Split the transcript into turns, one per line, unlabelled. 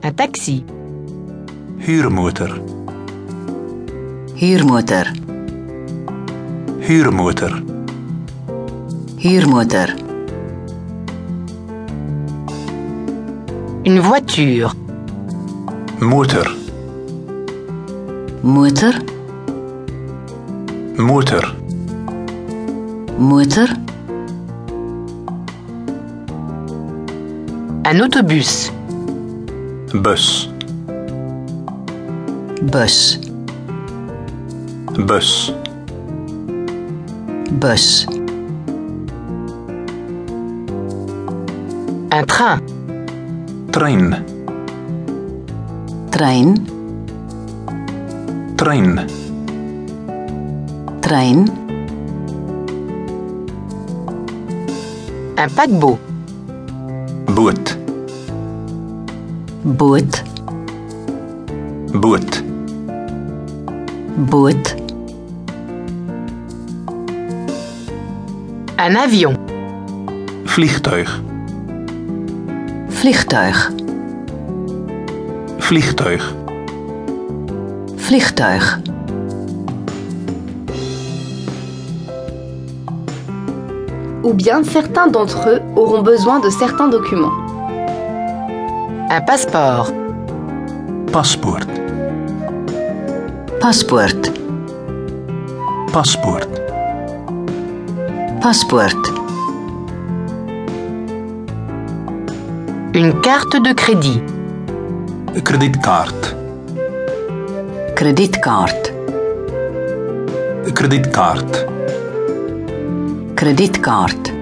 Een taxi.
huurmotor,
huurmotor,
huurmotor,
huurmotor,
Une voiture.
motor,
motor,
motor,
motor,
Un autobus.
bus,
bus,
bus,
bus,
Un train.
trein,
trein,
trein,
trein,
Un paquebot.
boot,
boot,
boot,
boot,
Un avion.
vliegtuig,
vliegtuig,
vliegtuig,
vliegtuig,
ou bien certains d'entre eux auront besoin de certains documents.
Un passeport.
paspoort,
paspoort,
paspoort,
paspoort,
Une carte de crédit.
kredietkaart,
kredietkaart,
kredietkaart,
kredietkaart,